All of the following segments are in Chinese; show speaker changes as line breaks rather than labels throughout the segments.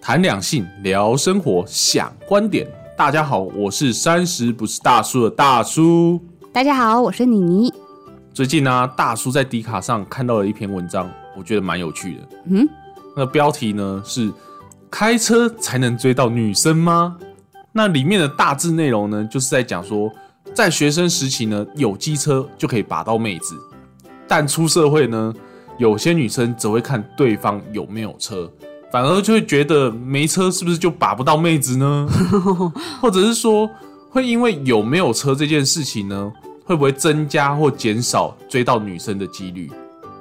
谈两性，聊生活，想观点。大家好，我是三十不是大叔的大叔。
大家好，我是妮妮。
最近呢、大叔在迪卡上看到了一篇文章，我觉得蛮有趣的。
嗯，
那标题呢是“开车才能追到女生吗？”那里面的大致内容呢，就是在讲说，在学生时期呢，有机车就可以把到妹子，但出社会呢，有些女生只会看对方有没有车，反而就会觉得没车是不是就把不到妹子呢？或者是说，会因为有没有车这件事情呢，会不会增加或减少追到女生的几率？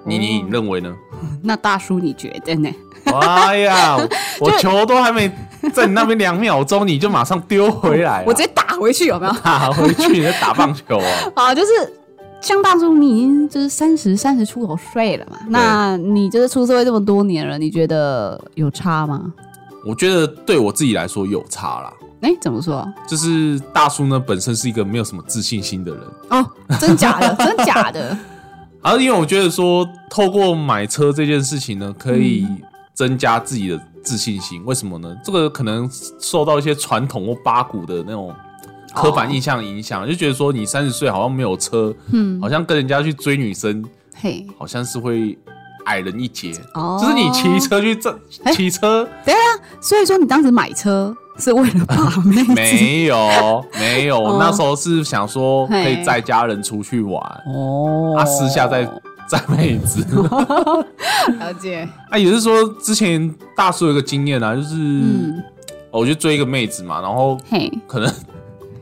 你你你认为呢？
那大叔你觉得呢？
哎 呀，我我球都还没在你那边两秒钟，你就马上丢回来啊，
我直接打回去有 没有？
打回去，你在打棒球 啊？
啊，就是像大叔，你已经就是三十三十出头岁了嘛，那你就是出社会这么多年了，你觉得有差吗？
我觉得对我自己来说有差啦，
哎、怎么说？
就是大叔呢本身是一个没有什么自信心的人，
哦，真假的， 真假的，
而、因为我觉得说透过买车这件事情呢，可以
嗯
增加自己的自信心。为什么呢？这个可能受到一些传统或八股的那种。刻
哦
板印象影响，就觉得说你三十岁好像没有车，
嗯，
好像跟人家去追女生，
嘿，
好像是会矮人一截，
哦，
就是你骑，车去这
哎
骑车
所以说你当时买车是为了把 妹子，
没有没有，
哦
我那时候是想说
嘿
可以载家人出去玩，
哦，
啊，私下再载妹 子。
了解，
啊，也是说之前大叔有一个经验啊，就是
嗯，
哦我去追一个妹子嘛，然后
嘿，
可能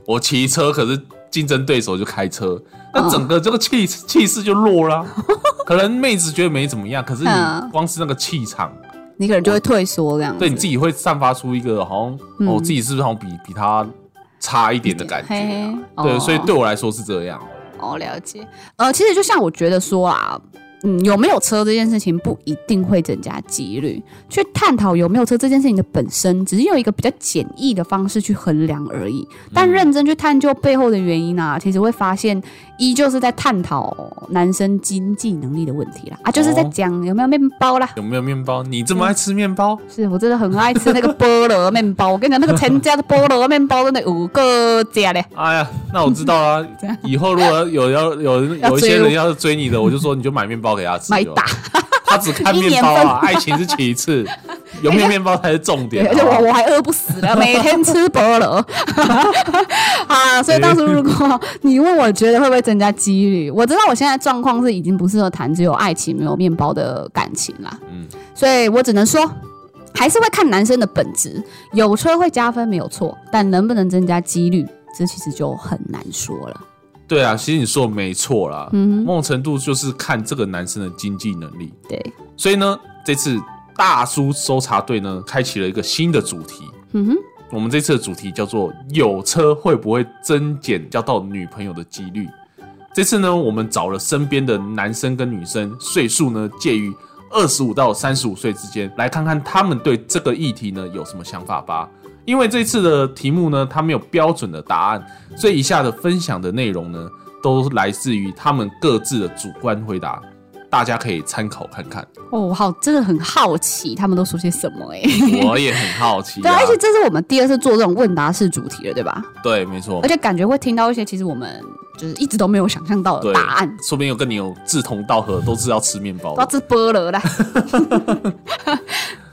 我骑车，可是竞争对手就开车，那
嗯
整个这个气气势就弱 啦。可能妹子觉得没怎么样，可是你
嗯
光是那个气场。
你可能就会退缩这样子，
对你自己会散发出一个好像、哦，我自己是不是好像比比他差一点的感觉、
嗯嘿
啊？
嘿
对，
哦
所以对我来说是这样。
哦，了解。呃，其实就像我觉得说啊，嗯，有没有车这件事情不一定会增加几率。去探讨有没有车这件事情的本身，只是用一个比较简易的方式去衡量而已。但认真去探究背后的原因啊，其实会发现，依旧是在探讨男生经济能力的问题啦。啊，就是在
哦
讲有没有面包啦。
有没有面包？你这么爱吃面包？
是我真的很爱吃那个菠萝面包，我跟你讲，那个陈家的菠萝面包真的有个家嘞。
哎呀，那我知道 啦。以后如果有要有人
要追
有一些人要是追你的，我就说你就买面包给他吃。
买
就好
打，
他只看面包
一年
啊，爱情是其 次，有没有面包才是重点啊。
对，而且哎我我还饿不死了，每天吃菠 萝啊！所以当时如果你问我觉得会不会增加几率，我知道我现在状况是已经不适合谈只有爱情没有面包的感情啦。
嗯
嗯，所以我只能说。还是会看男生的本质，有车会加分没有错，但能不能增加几率，这其实就很难说了。
对啊，其实你说的没错啦，
嗯
某种程度就是看这个男生的经济能力。
对，
所以呢，这次大叔搜查队呢，开启了一个新的主题。
嗯哼，
我们这次的主题叫做“有车会不会增减交到女朋友的几率”。这次呢，我们找了身边的男生跟女生，岁数呢介于二十五到三十五岁之间，来看看他们对这个议题呢有什么想法吧。因为这次的题目呢，它没有标准的答案，所以以下的分享的内容呢，都来自于他们各自的主观回答，大家可以参考看看。
哦，我好，真的很好奇他们都说些什么哎、
我也很好奇、
对
啊
啊，而且这是我们第二次做这种问答式主题了，对吧？
对，没错
而，且感觉会听到一些其实我们就是一直都没有想象到的
对
答案，哦
说不定有跟你有志同道合，都知道吃面包
不知道
的。
这菠萝啦。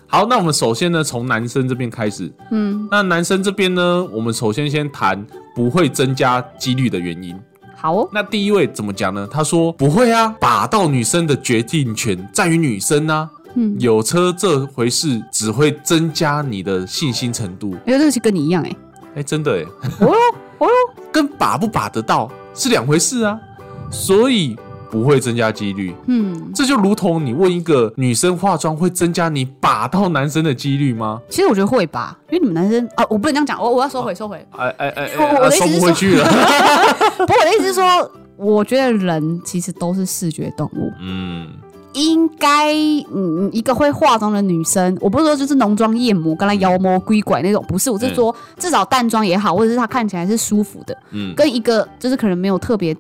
好，那我们首先呢，从男生这边开始。嗯，那男生这边呢，我们首先先谈不会增加几率的原因。
好哦，
那第一位怎么讲呢？他说不会啊，把到女生的决定权在于女生啊。嗯，有车这回事只会增加你的信心程度。
因为这个是跟你一样哎、
哎，真的哎，
哦哟哦哟，
跟把不把得到是两回事啊，所以不会增加几率。
嗯，
这就如同你问一个女生化妆会增加你把到男生的几率吗？
其实我觉得会吧，因为你们男生啊，我不能这样讲，我我要收回收回。
哎哎哎
我我的
啊
意思
收
是
不回去 了。
不过我的意思是说，我觉得人其实都是视觉动物，
嗯，
应该嗯一个会化妆的女生，我不是说就是浓妆艳抹，跟她妖魔鬼怪那种，不是，我
嗯
是说至少淡妆也好，或者是她看起来是舒服的，
嗯
跟一个就是可能没有特别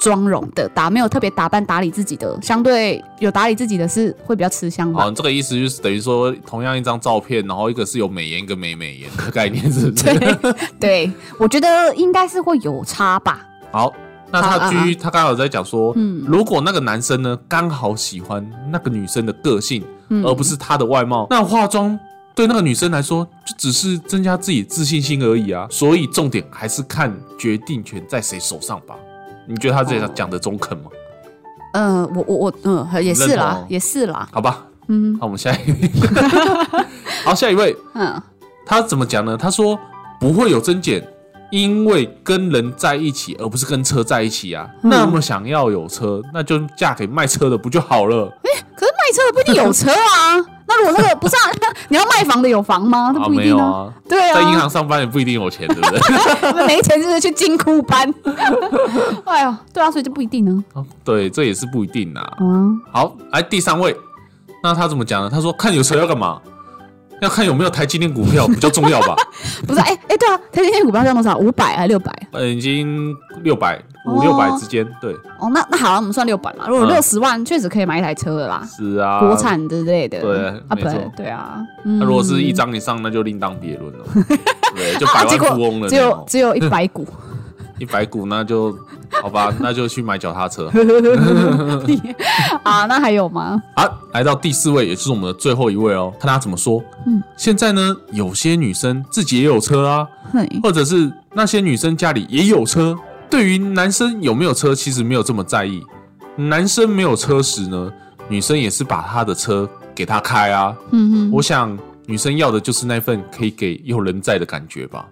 妆容的打，没有特别打扮打理自己的，相对有打理自己的是会比较吃香吧
好，。这个意思就是等于说，同样一张照片，然后一个是有美颜，一个没美颜的概念，是不是？
对，我觉得应该是会有差吧。
好，那
好
他
啊
居、他刚好有在讲说，如果那个男生呢刚好喜欢那个女生的个性，而不是她的外貌，那化妆。对那个女生来说，就只是增加自己自信心而已啊，所以重点还是看决定权在谁手上吧。你觉得他这
哦
样讲的中肯吗？
嗯、我我我，嗯、也是
认同
啦
哦，
也是啦，
好吧，嗯，那我们下一位， 好，下一位，
嗯，
他怎么讲呢？他说不会有增减，因为跟人在一起，而不是跟车在一起啊。
嗯
那么想要有车，那就嫁给卖车的不就好了？
可是卖车的不一定有车啊。 那如果那个不是、啊， 你要卖房的有房吗？那不一
没
定
有
啊。
啊，
对啊，
在银行上班也不一定有钱，对不 对？
没钱就是去金库 搬。哎呦，对啊，所以就不一定呢。
哦对，这也是不一定啊。
啊，
好，来第三位，那他怎么讲呢？他说看有车要干嘛？要看有没有台积电股票比较重要吧？
不是，哎、哎、对啊，台积电股票赚多少？五百还是六百？
呃，已经六百五
哦
六百之间，对，
哦，那那好、啊，我们算六百嘛。如果
嗯
六十万，确实可以买一台车的啦，
是啊，
国产之类的。
对
啊
没错
不，对啊。
那如果是一张以上，那就另当别论了。 对，就百
啊，结
万
果
富翁了
只
那
有
种，
只有一百 股，
一百股那就好吧， 那就去买脚踏车。
啊，那还有吗？
好，来到第四位，也就是我们的最后一位哦，看他怎么说。嗯，现在呢，有些女生自己也有车啊，
嘿，
或者是那些女生家里也有车。对于男生有没有车，其实没有这么在意。男生没有车时呢，女生也是把他的车给他开啊。
嗯
我想女生要的就是那份可以给有人在的感觉吧。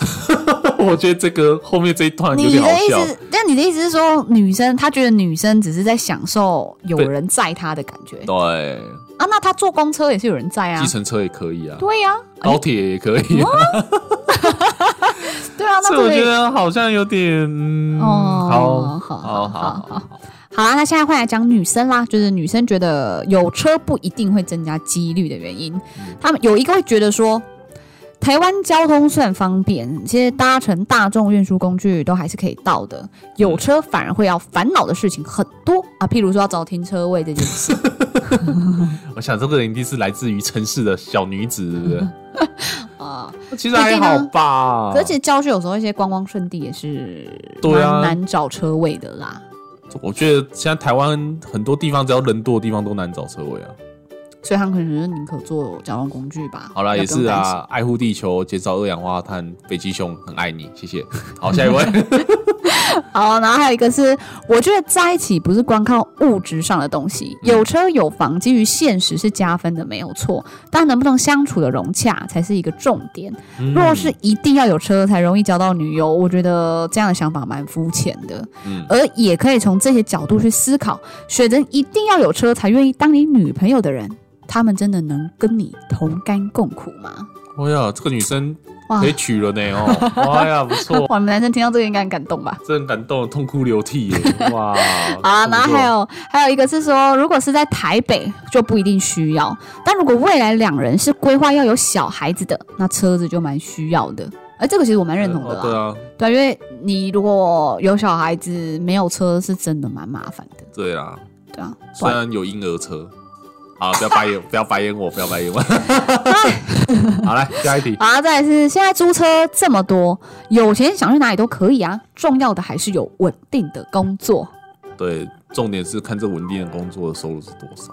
我觉得这个后面这一段有
你
点好
的意
笑。
思，但你的意思是说，女生她觉得女生只是在享受有
对
人载她的感觉
对，
啊，那她坐公车也是有人载啊
计，程车也可以啊，
对呀、
高铁也可以、啊。
对啊，那
所以我
这
觉
个
得好像有点……嗯，好，
哦好
好，
好
好，
好好啦，那现在换来讲女生啦，就是女生觉得有车不一定会增加几率的原因，他们有一个会觉得说。台湾交通算方便，其实搭乘大众运输工具都还是可以到的。有车反而会要烦恼的事情很多啊，譬如说要找停车位这 件事。
我想这个人一定是来自于城市的小女子，对不对？
啊、
其实还好吧。
可是其实郊区有时候一些观光胜地也是
对啊
蛮难找车位的啦，
我觉得现在台湾很多地方，只要人多的地方都难找车位啊。
所以他们可能就是宁可坐交通工具吧。
好啦，也
要不用
是
担心，
啊，爱护地球，减少二氧化碳。北极熊很爱你，谢谢。好，下一 位。
好，然后还有一个是，我觉得在一起不是光靠物质上的东西，有车有房，基于现实是加分的，没有错。但能不能相处的融洽才是一个重点。
嗯
嗯若是一定要有车才容易交到女友，我觉得这样的想法蛮肤浅的。
嗯
而也可以从这些角度去思考，选择一定要有车才愿意当你女朋友的人，他们真的能跟你同甘共苦吗？
哎呀，这个女生
哇
可！以娶了呢哦！哎呀，不错，
哇，你们男生听到这个应该很感动吧？
真感动，痛哭流涕耶！ 哇，
啊，
这
然
么
后
多
还有还有一个是说，如果是在台北就不一定需要，但如果未来两人是规划要有小孩子的，那车子就蛮需要的。而这个其实我蛮认同的
哦
啦，
对啊，
对啊因为你如果有小孩子没有车，是真的蛮麻烦的，
对啊，
对啊。不
虽
然
然有婴儿车。好，不要白眼，不要白眼我，不要 白眼我。
哎
好，来下一题。
啊，再来是现在租车这么多，有钱想去哪里都可以啊，重要的还是有稳定的工作。
对，重点是看这稳定的工作的收入是多少。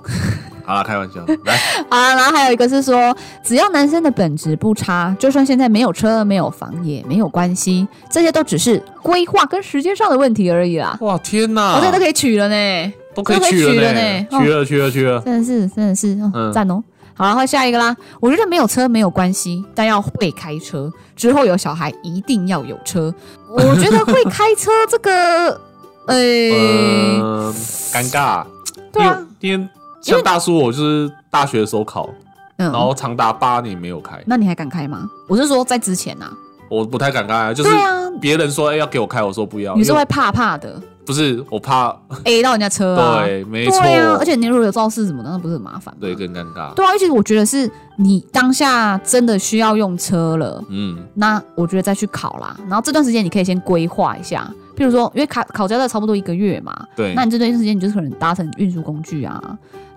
好啦，开玩笑，来，
啊，然后还有一个是说，只要男生的本质不差，就算现在没有车、没有房也没有关系，这些都只是规划跟时间上的问题而已啦。
哇，天哪，
我、哦、这都可以娶了呢，
都可以
都可以
娶
娶
了
了
呢，
呢哦
娶了，娶了，娶了。
真的是，真的是，哦
嗯
赞、哦。好，然后下一个啦，我觉得没有车没有关系，但要会开车。之后有小孩一定要有 车。我觉得会开车这个，呃，
嗯，尴尬。
对啊
因为，因为像大叔，我就是大学的时候考，
嗯
然，后长达八年没有开，
那你还敢开吗？我是说在之前呐、
我不太敢开啊，就是
对啊，
别人说哎要给我开，我说不要，
你是
因
会
为
怕怕的
不是我怕，
，A 到人家车啊。
对，没错
对，啊，而且你如果有肇事什么的，那不是很麻烦吗？
对，更尴尬，
对啊，而且我觉得是你当下真的需要用车了，
嗯，
那我觉得再去考啦。然后这段时间你可以先规划一下，譬如说，因为考考驾照差不多一个月嘛，
对
那，你这段时间你就是可能搭乘运输工具啊，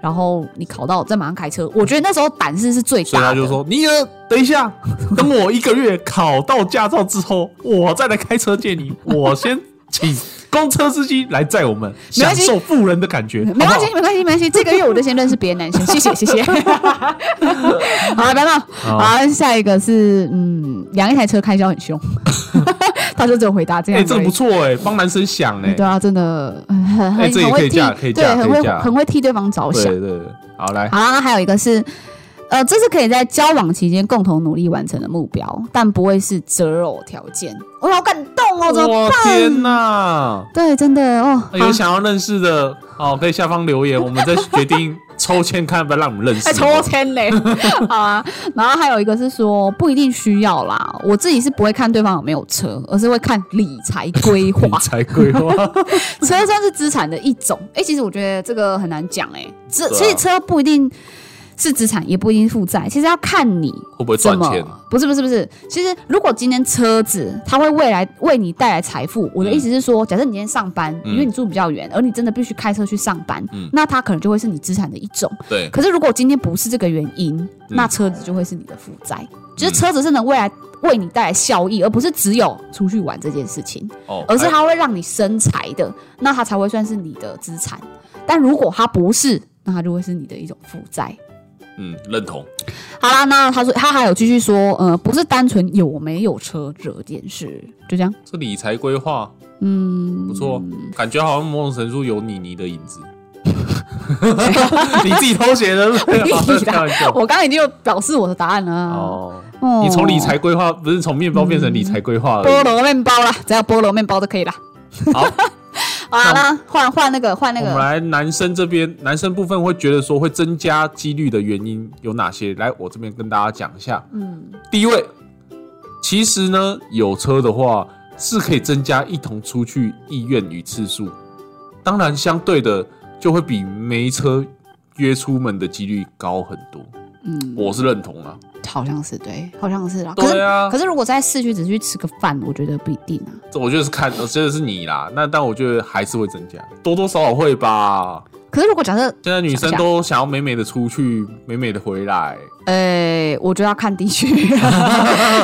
然后你考到再马上开车，我觉得那时候胆识是最
所以
大
他
的。
就说：“你呃，等一下，等我一个月考到驾照之后，我再来开车见你。我先请公车司机来载我们，
没
享
关系
受富人的感觉，
没关系
好，
没关系，没关系。这个月我就先认识别的男生，谢谢，谢谢。好了，白闹。
好啊
好，下一个是嗯，养一台车开销很 凶，他就只有回答这
哎、
样而已。
这个不错哎、帮男生想哎、
对啊，真的很很
哎
很
这也
很
可
会
以
替
嫁可以，
对，
嫁可
很
以
会
嫁
很会替对方着
对
想。
对对，好来，
好啦，那还有一个是，呃，这是可以在交往期间共同努力完成的目标，但不会是择偶条件。我、好感动哦，怎么
哇天哪！哎
对，真的哦，好
啊 有想要认识的哦，可以下方留言，我们再决定抽签，看要不要让我们认识。
在哎抽签嘞， 好啊。然后还有一个是说，不一定需要啦，我自己是不会看对方有没有车，而是会看理财规
理
划。
财规划，
车算是资产的一种，哎、其实我觉得这个很难讲哎、这
对啊
其实车不一定是资产，也不一定是负债，其实要看你
会不会
怎
赚
么
钱？
不是不是不是，其实如果今天车子它会未来为你带来财富，我的
嗯
意思是说，假设你今天上班，
嗯
因为你住比较远，而你真的必须开车去上班，
嗯
那它可能就会是你资产的一种。
对，
可是如果今天不是这个原因，那车子就会是你的负债。就是
嗯
车子是能未来为你带来效益，而不是只有出去玩这件事情。
哦
而是它会让你生财的，那它才会算是你的资产。但如果它不是，那它就会是你的一种负债。
嗯认同，
好啦，那他说他还有继续说，呃，不是单纯有没有车这件事，就这样。
这理财规划
嗯，
不错，感觉好像某种程度有妮妮的影 子。你自己偷写的，
故意的
开玩笑。
我刚刚已经有表示我的答案了啊。
哦，
哦
你从理财规划不是从面包变成理财规划
菠
了？
萝面包啦，只要菠萝面包就可以啦。
好，
好啦，那换换那个换那
我们
个，
来男生这边，男生部分会觉得说会增加几率的原因有哪些？来，我这边跟大家讲一下。
嗯，
第一位，其实呢，有车的话是可以增加一同出去意愿与次数，当然相对的就会比没车约出门的几率高很多。嗯，我是认同啊。
好像是对，好像是啦。可
对
是
啊
可，是如果在市区只是去吃个饭，我觉得不一定啊。
这我觉得是看，我觉得是你啦。那但我觉得还是会增加，多多少少会吧。
可是如果假设
现在女生都想要美美的出去，美美的回来。
呃，我就要看 地区，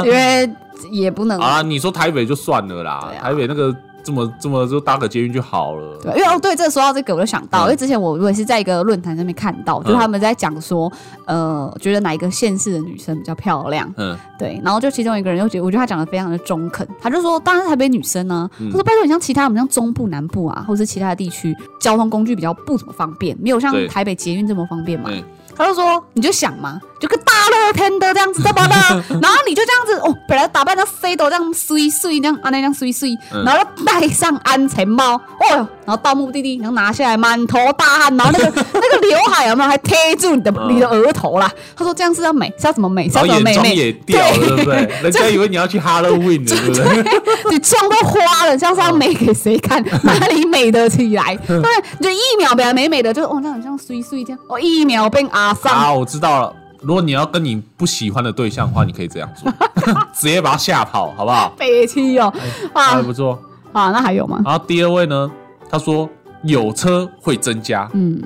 因为也不能
好啦，你说台北就算了啦，
嗯对啊
台北那个这么这么就搭个捷运就好了。
对，因为哦，对，这个说到这个，我就想到，
嗯
因为之前我我也是在一个论坛上面看到，就是他们在讲说，呃，觉得哪一个县市的女生比较漂亮，
嗯，
对，然后就其中一个人就觉得，我觉得他讲的非常的中肯，他就说，当然是台北女生呢、
嗯
他说拜托你像其他我们像中部、南部啊，或者是其他的地区，交通工具比较不怎么方便，没有像
对
台北捷运这么方便嘛
嗯，
他就说，你就想嘛，就跟大热天的这样子，对 吧？然后你就这样子，哦，本来打扮的飞都这样碎碎，这样啊那样碎碎，
嗯
然后就戴上安全帽，哦哟，然后到目的地，然后拿下来，满头大汗，然后那个 那个刘海有没有还贴住你的
嗯
你的额头啦？他说这样是要美，是要怎么美？是
然
要
后
怎么
眼
美
妆
美？
也掉了，对不对？人家以为你要去 Halloween 的，对不对？
你妆都花了，这样是要美给谁 看？哪里美得起来？
嗯
对，你就一秒本来美美的，就哦那很像碎碎这样，哦一秒变阿桑，
啊，我知道了。如果你要跟你不喜欢的对象的话，你可以这样做， 直接把他吓跑，好不好？
悲戚哦，
还
啊
不错。
啊，那还有吗？
然后第二位呢，他说有车会增加，
嗯，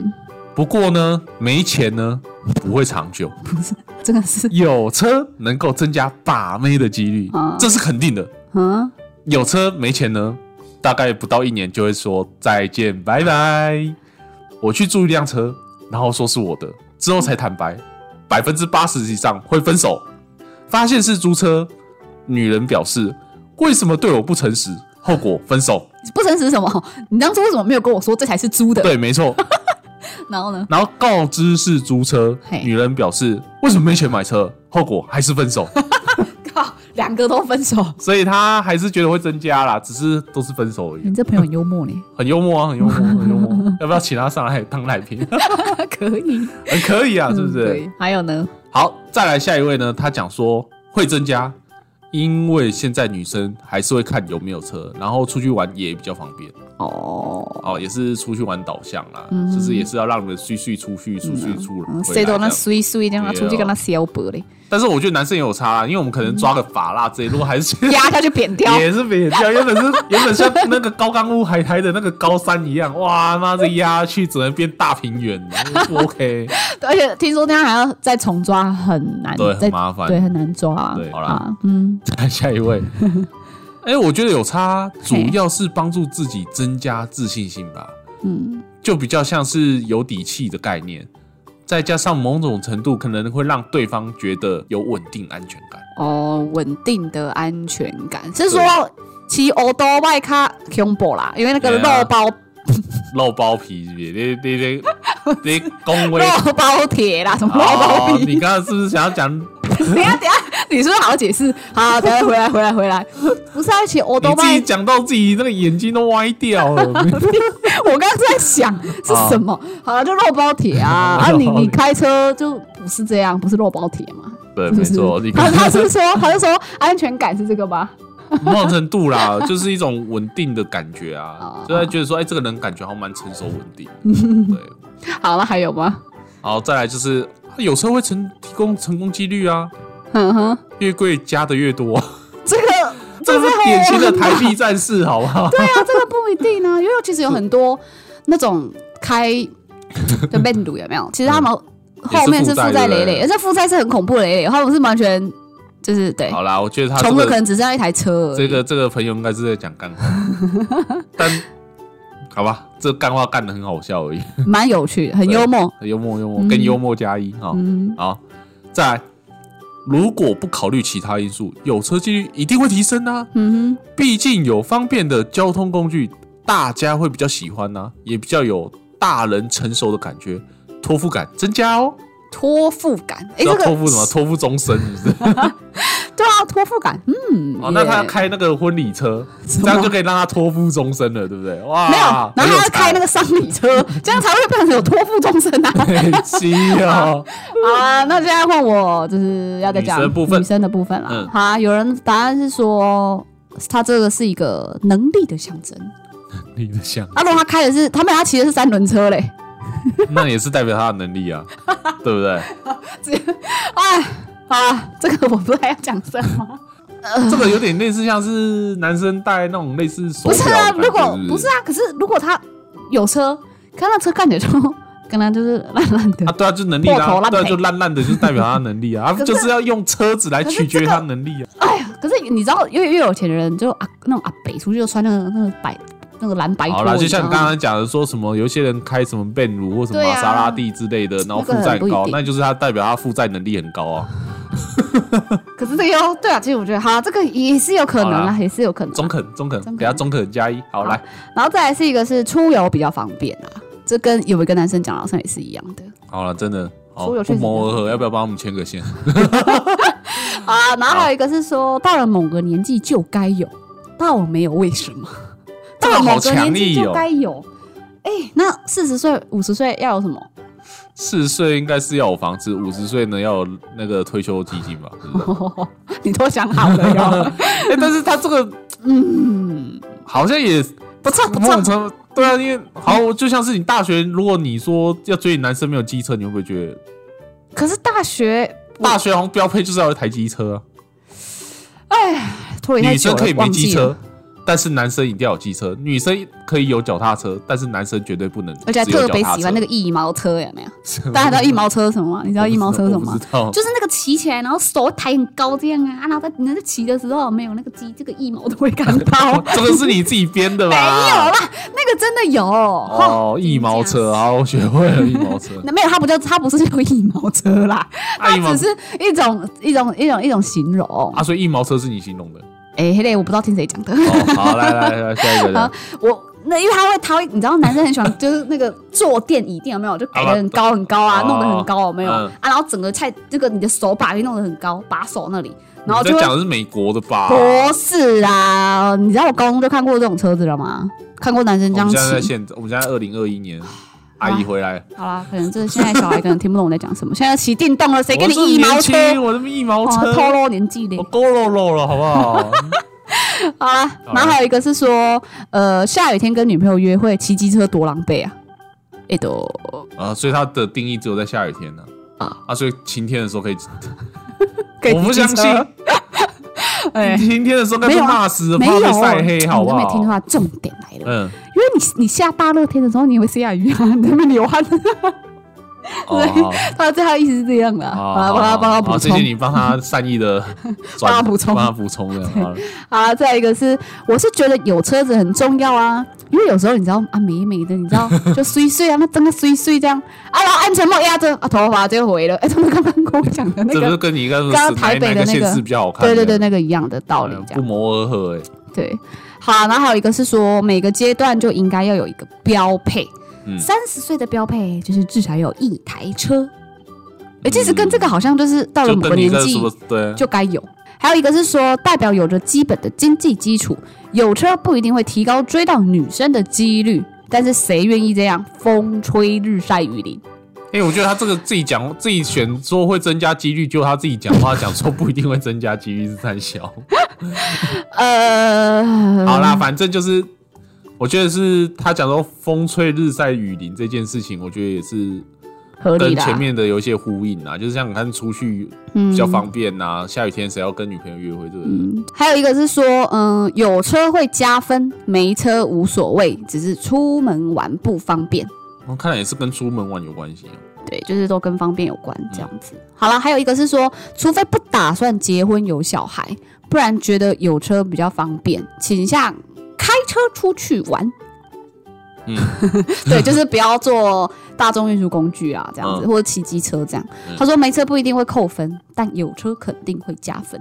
不过呢，没钱呢不会长久。
真的是，
有车能够增加把妹的几率
啊，
这是肯定的。
嗯。
有车没钱呢，大概不到一年就会说再见，拜拜。我去租一辆车，然后说是我的，之后才坦白，百分之八十以上会分手。发现是租车，女人表示为什么对我不诚实，后果分手。
不诚实是什么？你当初为什么没有跟我说这才是租的？
对，没错。
然后呢？
然后告知是租车，
嘿
女人表示为什么没钱买车，后果还是分手。
靠，两个都分手。
所以她还是觉得会增加啦，只是都是分手而已
你。这朋友很幽默呢，
很幽默啊，很幽默，很幽默。要不要请她上来当来宾？
可以，
很可以啊，是不
嗯
是？
对，还有呢？
好，再来下一位呢，他讲说会增加，因为现在女生还是会看有没有车，然后出去玩也比较方便
哦，
哦，也是出去玩导向啦，就是也是要让你们续续出去，出去出
嗯
回
谁
来
都
这
那
样。
碎碎这样啊，
对哦
出去跟他小白嘞。
但是我觉得男生也有差啊啦，因为我们可能抓个法拉之类，如果还 是
压下去扁掉。
也是别掉，原本是原本像那个高冈屋海苔的那个高山一样，哇妈这压下去只能变大平原，不 OK。
而且听说那样还要再重抓，很难，
对，
再
很麻烦。
对很难抓。
对好啦
啊，嗯，
再来下一位。 哎、我觉得有差啊，主
嘿
要是帮助自己增加自信心吧。
嗯，
就比较像是有底气的概念，再加上某种程度可能会让对方觉得有稳定安全感。
哦，稳定的安全感是说骑欧多外卡恐怖啦，因为那个
对啊
肉包
肉包皮是不是？你你 你你恭维
肉包铁啦，什么肉包
哦
皮？
你刚刚是不是想要讲你
等一下等一下，你是不是好好解释？好，等一下回来回来回来， 不是要啊骑欧多
自己
外？
讲到自己那个眼睛都歪掉了？
我刚刚在想是什么？好了，就肉包 铁啊啊！
肉包
你
铁
你开车就不是这样，不是肉包铁嘛？
对，
是
没
不是
错，你？
他
看
他是说他是说安全感是这个吧？
某种程度啦，就是一种稳定的感觉啊
哦，
就在觉得说，哎、这个人感觉好像蛮成熟稳 定。对，
好了，还有吗？
然后再来就是有时候会成提供成功几率啊，
哼哼，
越贵加的越多。
这个
这是典型的台币战士，好不好？
对啊，这个不一定啊，因为其实有很多那种 开的面赌有没有？其实他们后面是负债累累，
嗯也
而且负债是很恐怖的累累，他们是完全就是对
好啦，我觉得他这
穷的可
个
能只剩下一台车而已。
这个这个朋友应该是在讲干话， 但好吧，这干话干的很好笑而已，
蛮有趣，很
对
幽默。
幽默幽默，跟幽默加一哈。
嗯，
好，再来，如果不考虑其他因素，有车几率一定会提升啊。
嗯
毕竟有方便的交通工具，大家会比较喜欢呐、也比较有大人成熟的感觉，托付感增加哦。
哼，托付感，哎，
要
这
托付什
个
么？托付终身是不是？
对啊，托付感，嗯，
哦，那他 要
耶
开那个婚礼 车，
什
这样
么
就可以让他托付终身了，对不对？哇，
没有，然后他要开
个
那个丧礼车，这样才会变成有托付终身 啊。
很稀 哦。
好啊，那现在换我，就是要再讲
女生部分
女生的部分了。
嗯
好啊，有人答案是说，他这个是一个能力的象征。
你的想，
啊，如果他开的是，他们他骑的是三轮车嘞，
那也是代表他的能力啊，对不对？
哎，啊，这个我不知道要讲什么。
这个有点类似像是男生戴那种类似手
不
表的
是
感
啊，
觉，
如果不
是
是啊，可是如果他有车，看那车看起来就跟他就是烂烂的
啊，，对啊，就能力啦、
破头烂
对啊，
赔
就烂烂的，就是代表他的能力啊，他
可是
就是要用车子来
可是
取
这
决
个
他的能力啊。
哎呀，可是你知道，越越有钱的人就啊，那种阿北出去就穿那个那个白那个蓝白拖，
好啦，就
你知道
像你
吗
刚刚讲的，说什么有一些人开什么贝鲁或什么
对
玛
啊
莎拉蒂之类的，然后
那个
负债
很不
很
一
高，
定
那就是他代表他负债能力很高啊。
可是这个哟，对啊，其实我觉得，好啊，这个也是有可能
好啦
啊，也是有可能啊、
中肯，中肯，
中肯
给他中肯加一。好，
好
来，
然后再来是一个是出游比较方便啊，这跟有一个男生讲的好像也是一样的
好了，真的，好
出游
不
确实
谋而
比较
合，
好
要不要帮我们牵个线？
啊。然后还有一个是说，到了某个年纪就该有，到了没有为什么，
这
到
个
了
好
某个
强
年纪
力
就
哦！
该有。哎、那四十岁、五十岁要有什么？
四十岁应该是要有房子，五十岁呢要有那个退休基金吧？是不是
你都想好了 哟。
哎，但是他这个
嗯，
好像也
不错不
某种
错。
程度对啊，因为好，就像是你大学，如果你说要追你男生没有机车，你会不会觉得
可是大学，
大学好像标配就是要有一台机车啊？
脱离太
女
久
生
了
可以没
忘记
机
了
车，但是男生一定要有机车；女生可以有脚踏车，但是男生绝对不能。
而且还特别喜欢
个，
那个一毛车，有没 有？大家知道一毛车是什么吗？你知道一毛车是什么
我
吗
不？知道？。
就是那个骑起来，然后手抬很高这样啊，啊然后在你在骑的时候没有那个鸡，这个一毛都会感到
这个是你自己编的
没有
吧？
啦，那个真的有
哦，一毛车，啊，我学会了一毛车
。那没有，它不叫它不是叫一毛车啦，
啊，
它
一毛
只是一种一种一种一种形容
啊，。所以一毛车是你形容的。
哎，黑嘞，我不知道听谁讲的，
哦，好，来来来，下一个人
好。我。那因为他会，他会，你知道男生很喜欢，就是那个坐垫椅垫有没有，就改的很高很高啊，
哦
弄得很高有没有
嗯
啊？然后整个菜，这个你的手把也弄得很高，把手那里，然后
你
就
在
会
讲的是美国的吧？
不是啊，你知道我高中就看过这种车子了吗？看过男生
我
这样
们现在在
骑。
现在，我们现在二零二一年，阿姨回来，
好啦，可能这现在小孩可能听不懂我在讲什么。现在骑电动了，谁给
我
你
这么
一毛
年
车？
轻，我这么一毛
哦，
车，
透露年纪的
我。够肉肉了，好不 好？
好啦，然后还有一个是说，呃，下雨天跟女朋友约会，骑机车多狼狈啊！哎都
啊，所以它的定义只有在下雨天呢。
啊
啊，所以晴天的时候可以，
给
我不
机车
相信，
哎，
今天的时候该被骂死了，
没
怕
有啊
被晒黑，好不
你都没听出
好？
来重点来了，
嗯，
因为你你下大热天的时候，你也会下雨啊，你在那边流汗，
哦，好
他这他的意思是这样的啊，
哦好
好了，
好
帮他
好好
帮他补
谢谢
充。
你帮他善意的
帮他补充
帮他补充的。好了
好了，再一个是，我是觉得有车子很重要啊，因为有时候你知道啊，美美的，你 知道就碎碎啊，那真的碎碎这样啊，然后安全帽压着啊，头发就回了，哎， 他们刚刚跟我讲的 那
这不是
个，
跟你刚
刚刚
刚
台北的
哪个
那个
县市比较好看？嗯
对对对，，那个一样的道理，这
不
样
谋而合哎。
对。好，然后还有一个是说，每个阶段就应该要有一个标配
嗯，
三十岁的标配就是至少有一台车，哎，其实跟这个好像就是到了
嗯就
某个
跟你
年
在
纪
什，么对
就该有。还有一个是说，代表有着基本的经济基础，有车不一定会提高追到女生的几率，但是谁愿意这样风吹日晒雨淋？
哎、我觉得他这个自己讲自己选说会增加几率，结果他自己讲话讲说不一定会增加几率是太小。
呃，
好啦，反正就是，我觉得是他讲说风吹日晒雨淋这件事情，我觉得也是
合
跟
理啦。
前面的有一些呼应啊，就是像你看出去
嗯
比较方便呐、下雨天谁要跟女朋友约会，对不对？
嗯还有一个是说，嗯、有车会加分，没车无所谓，只是出门玩不方便。
我哦看来也是跟出门玩有关系、啊。
对，就是都跟方便有关这样
嗯
子。好了，还有一个是说，除非不打算结婚有小孩，不然觉得有车比较方便，倾向开车出去玩。
嗯，
对，就是不要坐大众运输工具啊，这样子，
嗯
或者骑机车这样。
嗯
他说没车不一定会扣分，但有车肯定会加分。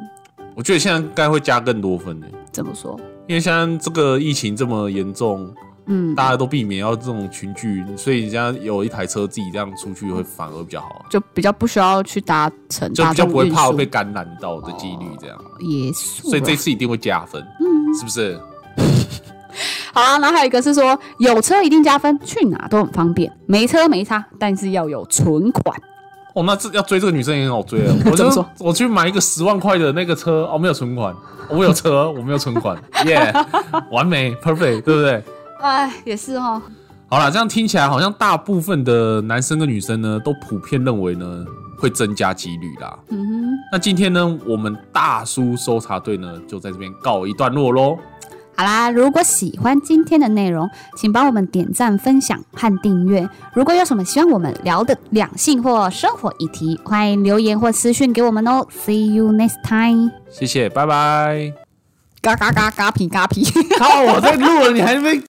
我觉得现在应该会加更多分的、
怎么说？
因为现在这个疫情这么严重，
嗯，
大家都避免要这种群聚，所以人家有一台车自己这样出去会反而比较好，
就比较不需要去搭乘
就
大
比较
众
不会
运
怕
输，哦
被感染到的几率这样。
也是啊啦。
所以这次一定会加分，嗯，是不是？
好啊，然后还有一个是说有车一定加分，去哪都很方便，没车没差，但是要有存款。
哦，那这要追这个女生也很好追 啊！我
怎么
就
说
我去买一个十万块的那个车，哦，没有存款，我有车，我没有存 款，耶、完美，perfect，对不对？
哎，也是哦，
好啦，这样听起来好像大部分的男生跟女生呢，都普遍认为呢会增加几率啦。嗯哼。那今天呢，我们大叔搜查队呢就在这边告一段落喽。
好啦，如果喜欢今天的内容，请帮我们点赞、分享和订阅。如果有什么希望我们聊的两性或生活议题，欢迎留言或私讯给我们哦。See you next time。
谢谢，拜拜。
嘎嘎嘎嘎皮嘎皮。
靠，我在录了，你还没